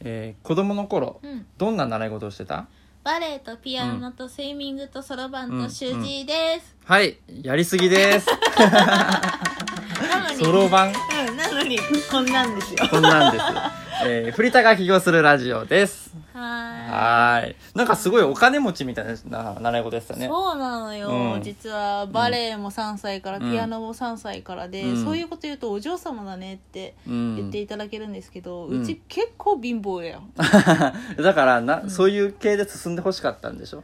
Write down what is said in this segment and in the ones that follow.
えー子供の頃うん、どんな習い事をしてたバレエとピアノとスイミングとそろばうんとん習字です、はいやりすぎです なのにそろばんうんなのにこんなんですよこんなんです、えー、フリタが起業するラジオですははーいなんかすごいお金持ちみたいな習い事でしたーい、ねそうなのよ、うん実はバレエも3歳から、うんピアノも3歳からで、うんそういうこと言うとお嬢様だねってう言っんていただけるんですけど、ううんち結構貧乏やよ だからな、そういう系で進んでほしかったんでしょ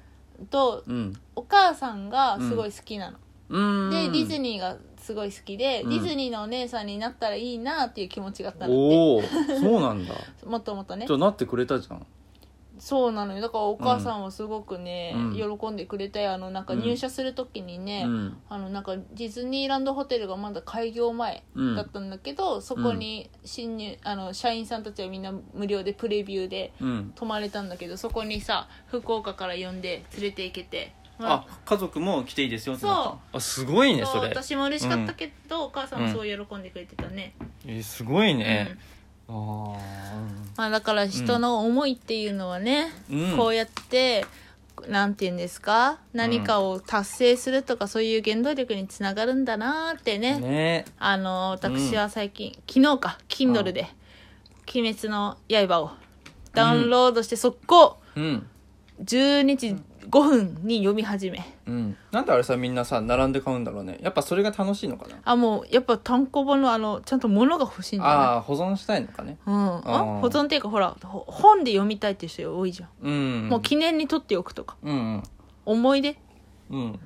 とうんお母さんがすごい好きなの、うんでディズニニーがすごい好きで、うんディズニーのお姉さんになったらいいなっていう気持ちがあったのでおおそうなんだもっともっと ねじゃあなってくれたじゃんそうなのよだからお母さんはすごくね、うん喜んでくれたよあのなんかうん入社する時にね、うんあのなんかディズニーランドホテルがまだ開業前うんだったんだけど、そこに新入あの社員さんたちはみんな無料でプレビューでうん泊まれたんだけどそこにさ福岡から呼んで連れて行けて、あ家族も来ていいですよってなったそうあすごいあねそれ私も嬉しかったけど、お母さんもそう喜んでくれてたね、えーすごいねうん、ああまあ、だから人の思いっていうのはね、うんこうやってなんて言うんですか何かを達成するとかそういう原動力につながるんだなーってねねあの私は最近、昨日か Kindle で「鬼滅の刃」をダウンロードして速攻うん12時5分に読み始めうんなんであれさみんなさ並んで買うんだろうねやっぱそれが楽しいのかなあもうやっぱ単行本のあのちゃんと物が欲しいんじゃないああ保存したいのかねうん、ああ保存っていうかほらほ本で読みたいっていう人多いじゃん、うんもう記念に取っておくとかうん思い出うんうん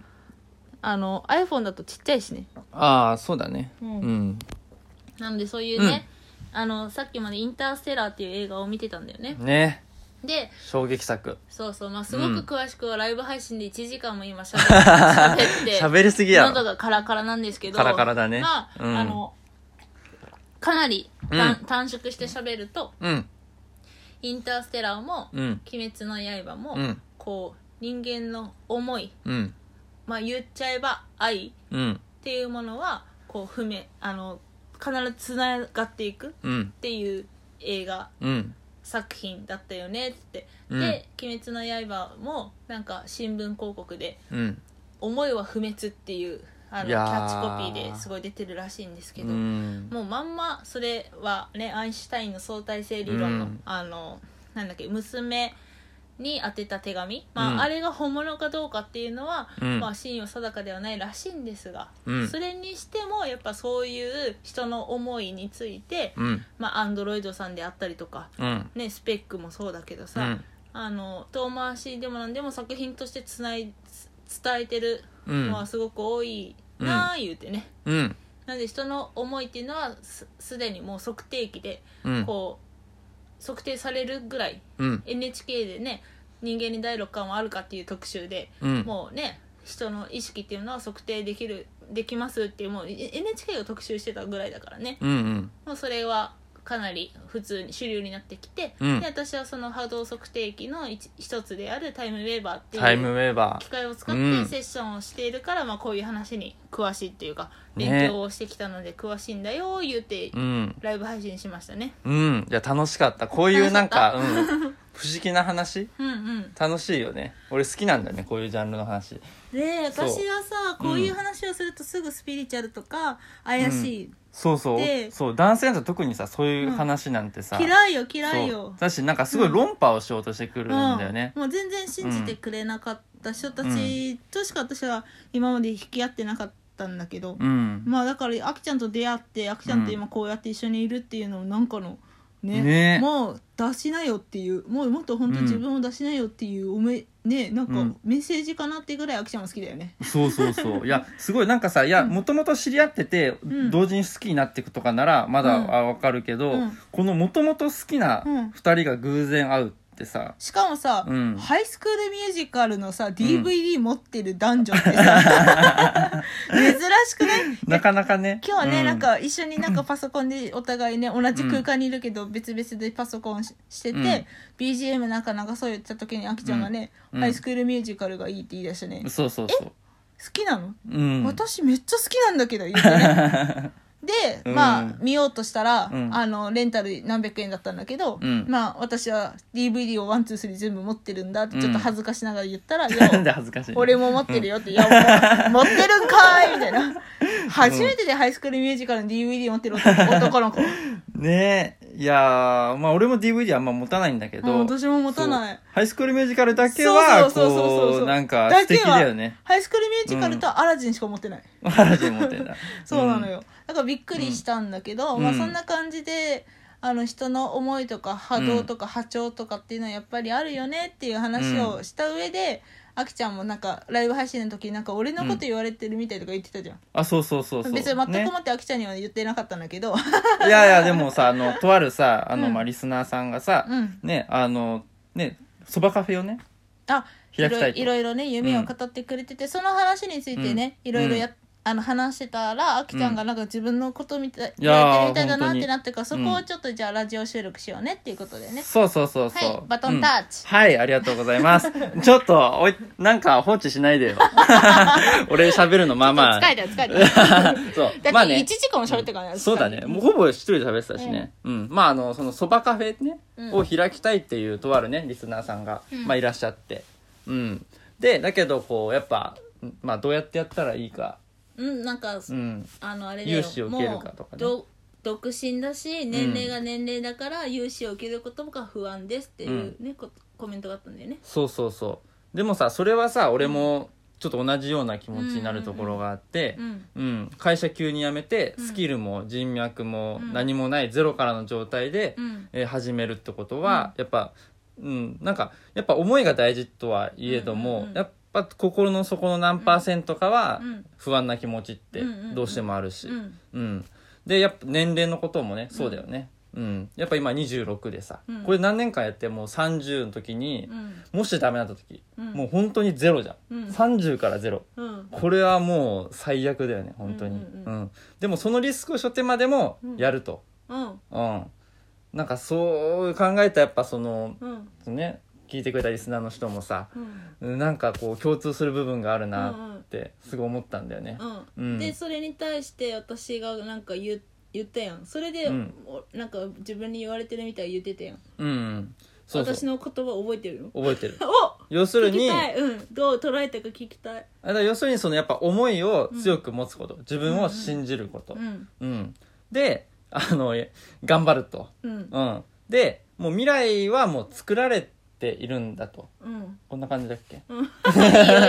あの iPhone だとちっちゃいしね、ああそうだねううんんなのでそういうね、あのさっきまで「インターステラー」っていう映画を見てたんだよねねで衝撃作そうそうまあすごく詳しくはライブ配信で1時間も今しゃべって 喋りすぎや喉ろがカラカラなんですけどカラカラだねまあ、うんあのかなりた、うん短縮してしゃべるとうん「インターステラー」も「うん鬼滅の刃も」うんこう人間の思いうんまあ言っちゃえば愛うんっていうものはこう不明あの必ずつながっていくっうんていう映画うん作品だったよねって、うんで「鬼滅の刃」もなんか新聞広告でうん「思いは不滅」っていうあのいキャやーッチコピーですごい出てるらしいんですけど、うんもうまんまそれはねアインシュタインの相対性理論の,、うんあのなんだっけ娘に宛てた手紙、まあうんあれが本物かどうかっていうのは、うんまあ、真意は定かではないらしいんですが、うんそれにしてもやっぱそういう人の思いについて、うんまあ、アンドロイドさんであったりとか、うんね、スペックもそうだけどうさ、んあの遠回しでも何でも作品としてつないつ伝えてるうんのはすごく多いなあ言うてね、うんなんで人の思いっていうのはすすでにもう測定器でうんこう測定されるぐらいうん NHK でね「人間に第六感はあるか」っていう特集でうんもうね人の意識っていうのは測定できるできますっていうもうい NHK を特集してたぐらいだからねうんうんもうそれはかなり普通に主流になってきて、うんで私はその波動測定器の一一つであるタイムウェーバーってタイムいうウェーバ機械を使っうてんセッションをしているから、まあ、こういう話に詳しいっていうかね勉強をしてきたので詳しいんだよ言ってーうんライブ配信しましたねうんいや楽しかったこういうなんかうん不思議な話うんうん楽しいよね俺好きなんだよねこういうジャンルの話でそう私はさこういう話をするとすぐスピリチュアルとか怪しい、そうそうでそう男性だと特にさそういう話なんてさ、嫌いよ嫌いそようだしなんかすごい論破をしようとしてくるんだよねうん、もう全然信じてくれなかった人たちとしか私は今まで引き合ってなかったんだけど、うん、まあだからあきちゃんと出会ってあきちゃんと今こうやって一緒にいるっていうのをなんかのねねもう出しなよっていうもうもっと本当に自分を出しなよっていうおめ、ねなんかうんメッセージかなってぐらいあきちゃんも好きだよね。そうそうそういやすごいなんかさいやもともと知り合ってて、うん同時に好きになっていくとかならまだ、うんあわかるけど、うんこのもともと好きなうん2人が偶然会うってさ、しかもさ、うんハイスクールミュージカルのさ DVD 持ってる男女っ てさ、珍しくないなかなかね今日ね、うなんか一緒になんかパソコンでお互いね同じ空間にいるけど別々でパソコンししてて、うん BGM なんか流そう言ってた時にあきちゃんがね、うんハイスクールミュージカルがいいって言い出したね、好そうそうそうきなの、 うん 私めっちゃ好きなんだけど言ってねでで、うんまあ、見ようとしたら、うんあの、レンタル何百円だったんだけど、うんまあ、私は DVD をワン、ツー、スリー全部持ってるんだって、ちょっと恥ずかしながら言ったら、い やなんで恥ずかしいの俺も持ってるよって、い や、俺も持ってるんかいみたいな。初めてでハイスクールミュージカルの DVD 持ってる男男の子。ねえいやーまあ俺も DVD あんま持たないんだけうんど私も持たないそうハイスクールミュージカルだけはそうそうそうそうそうこうなんか素敵だよね ハイスクールミュージカルとアラジンしか持ってない。原人持ってんだ そうなのよ。だからびっくりしたんだけど、うんまあうんそんな感じで、あの人の思いとか波動とか波長とかっていうのはやっぱりあるよねっていう話をした上で、あきちゃんもなんかライブ配信の時になんか俺のこと言われてるみたいとか言ってたじゃん。あそうそうそうそう別に全ねくもってあきちゃんには言ってなかったんだ けど。いやいや、でもさ、あ の、とあるさ、あの、うんまあ、リスナーさんがさ、うんね、あの、ね、そばカフェをね、あ開きたいといろいろいろね夢を語ってくれてて、その話についてね、うんいろいろやあの話してたらあきちゃんがなんか自分のことみたい、いややーられてるみたいだな本っ当てになってからそこうをんちょっとじゃあラジオ収録しようねっていうことでね、そうそうそうそう。はいバトンタッチうんはい、ありがとうござい ます。ちょっと、おい、なんか放置しないでよ。 俺喋るの、まあまあ。疲れた疲れた そう。まあ だって1ね。時間も喋ってからね、そうだね。もうほぼ一人で喋ってたしね。うん。まあ、あの、その、そばカフェね、うんを開きたいっていう、とあるね、リスナーさんが、うんまあ、いらっしゃって。うん。で、だけど、こう、やっぱ、まあ、どうやってやったらいいか。うんなんか、うん。あのあれだよ融資を受けるかとかねもうど独身だし年齢が年齢だから融資を受けることが不安ですっていうね、こコメントがあったんだよねそうそうそうでもさそれはさ俺もちょっと同じような気持ちになるところがあってう、んうん会社急に辞めてスキルも人脈も何もないゼロからの状態で、うんえー始めるってことは、やっぱ、うん、なんかやっぱ思いが大事とはいえども、うんうんうんやっぱ心の底の何パーセントかはうん不安な気持ちってうんうんうんどうしてもあるし、うんうん、でやっぱ年齢のこともねそうだよね、うんやっぱ今26でさ、うんこれ何年間やってもう30の時にう、んもしダメだった時、うんもう本当にゼロじゃん、うん30からゼロうんこれはもう最悪だよね本当に、うんうんうんでもそのリスクを背負ってまでもやると、うんうんなんかそう考えたらやっぱそのうんね聞いてくれたリスナーの人もさうんなんかこう共通する部分があるなってすごい思ったんだよね、う、うんんでそれに対して私がなんか言う言ったやんそれで、うんおなんか自分に言われてるみたい言ってたやんうん、そうそう私の言葉覚えてるの覚えてるお要する聞にきたい、うん、どう捉えたか聞きたい、あだから要するにそのやっぱ思いを強く持つこと、自分を信じること、うんうん、であのえ頑張ると、うんうん、でもう未来はもう作られているんだとうん、こんな感じだっけうん、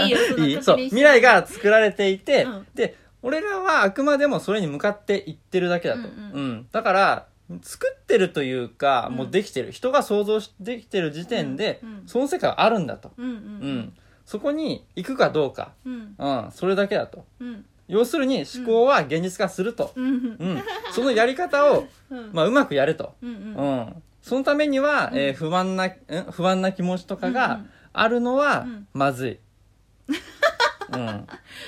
いい よいい いよんない確認そうして未来が作られていて、うんで俺らはあくまでもそれに向かっていってるだけだと、うんううんだから作ってるというか、うんもうできてる人が想像しできてる時点で、うんうんその世界はあるんだと、うんううんんそこに行くかどうか、うんうん、それだけだとうん要するに思考は現実化すると、うんうんうんそのやり方を、うんまあ、うまくやれと、うんうんうんそのためには、えー不安な、ん不安な気持ちとかうんうがんあるのはんまずい。うん、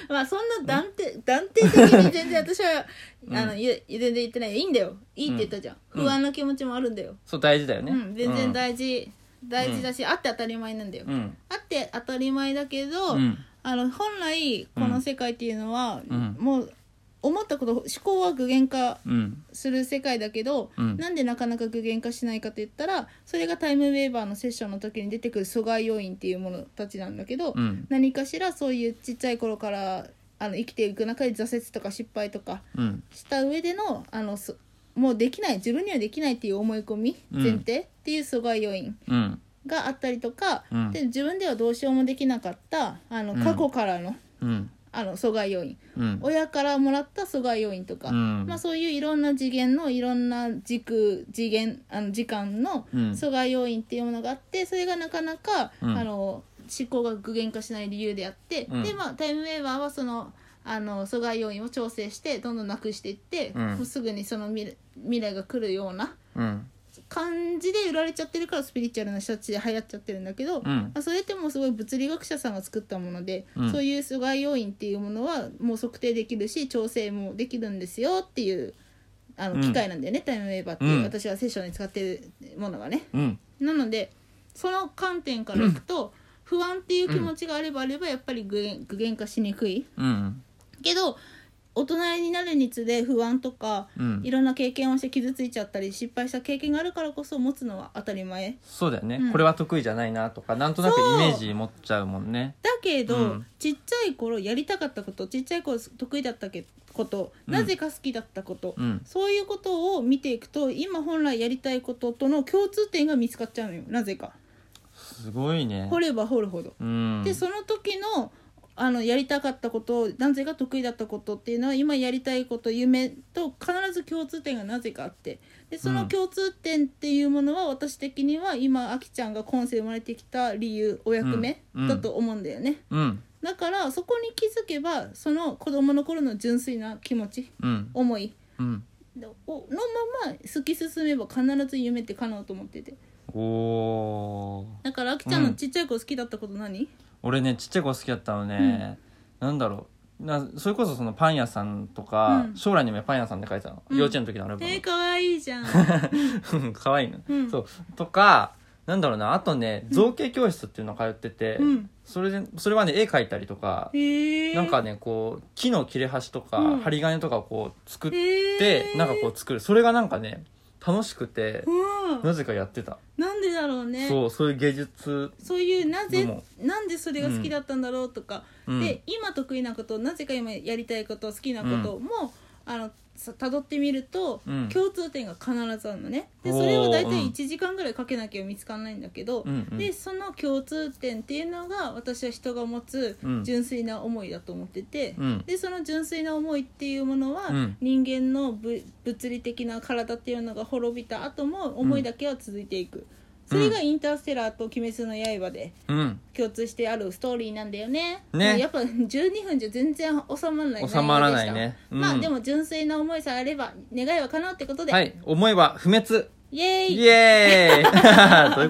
まあそんな断定断定的に全然私は、あのゆ全然言ってないよいいんだよいいって言ったじゃん、うん不安な気持ちもあるんだよ、そう大事だよね。うん、全然大事、大事だし、あって当たり前なんだよ、うん。あって当たり前だけど、うん。あの本来この世界っていうのは、うんもう思ったこと思考は具現化うん。する世界だけど、うんなんでなかなか具現化しないかと言ったらそれがタイムウェーバーのセッションの時に出てくる阻害要因っていうものたちなんだけど、うん何かしらそういうちっちゃい頃からあの生きていく中で挫折とか失敗とかうん。した上でのあのそもうできない自分にはできないっていう思い込みうん前提っていう阻害要因うん。があったりとか、うんで自分ではどうしようもできなかったあのうん過去からの,、うん。あの阻害要因うん。親からもらった阻害要因とか、うんまあ、そういういろんな次元のいろんな軸次元あの時間のうん阻害要因っていうものがあってそれがなかなか、うんあの思考が具現化しない理由であって、うんでまあタイムウェーバーはそのあの阻害要因を調整してどんどんなくしていって、うんもうすぐにその未来未来が来るようなうん。感じで売られちゃってるからスピリチュアルな人たちで流行っちゃってるんだけど、うんまあそれってもうすごい物理学者さんが作ったもので、うんそういう阻害要因っていうものはもう測定できるし調整もできるんですよっていうあうのん機械なんだよね、タイムウェーバーっていう、うん私はセッションに使ってるものがね。うん。なのでその観点からいくと不安っていう気持ちがあればあればやっぱり具現具現化しにくいうん。けど大人になるにつれ不安とか、うんいろんな経験をして傷ついちゃったり失敗した経験があるからこそ持つのは当たり前そうだよね、うんこれは得意じゃないなとかなんとなくイメージ持っちゃうもんねだけど、うんちっちゃい頃やりたかったことちっちゃい頃得意だったけことうんなぜか好きだったこと、うんそういうことを見ていくと今本来やりたいこととの共通点が見つかっちゃうのよなぜかすごいね掘れば掘るほど。うんでその時のあのやりたかったこと男性が得意だったことっていうのは今やりたいこと夢と必ず共通点がなぜかあってでそうのん共通点っていうものは私的には今あきちゃんが今世生まれてきた理由お役目うんうんだと思うんだよね、うんだからそこに気づけばその子供の頃の純粋な気持ちうん思いうんののまま突き進めば必ず夢って叶うと思ってておおーだからあきちゃんうのんちっちゃい子好きだったこと何、俺ねちっちゃい子好きだったのね、なんだろうなそれこそそのパン屋さんとか、うん将来の夢パン屋さんって書いてたの、うん幼稚園の時のアルバムえー、かわいいじゃんうん可愛いの、うんそうとかなんだろうなあとね造形教室っていうの通ってて、うんそれでそれはね絵描いたりとか、へえ なんかねこう木の切れ端とか、うん針金とかをこう作って、でなんかこう作るそれがなんかね楽しくて、うん、なぜかやってた、なんでだろうねそうそうそういう芸術、いうなでぜもなんでそれが好きだったんだろうとか、うん、で今得意なことなぜか今やりたいこと好きなことも、あのさ辿ってみると、うん共通点が必ずあるのねでおーそれを大体うん1時間ぐらいかけなきゃ見つからないんだけど、うんうんでその共通点っていうのが私は人が持つうん純粋な思いだと思ってて、うんでその純粋な思いっていうものは、うん人間のぶ物理的な体っていうのが滅びた後も思いだけは続いていく、それがインターステラーと「鬼滅の刃」でうん共通してあるストーリーなんだよねねもうやっぱ12分じゃ全然収まらない収まらないね内容でしたまうあんでも純粋な思いさえあれば願いは叶うってことで、はい思えば不滅イエー イイエーイという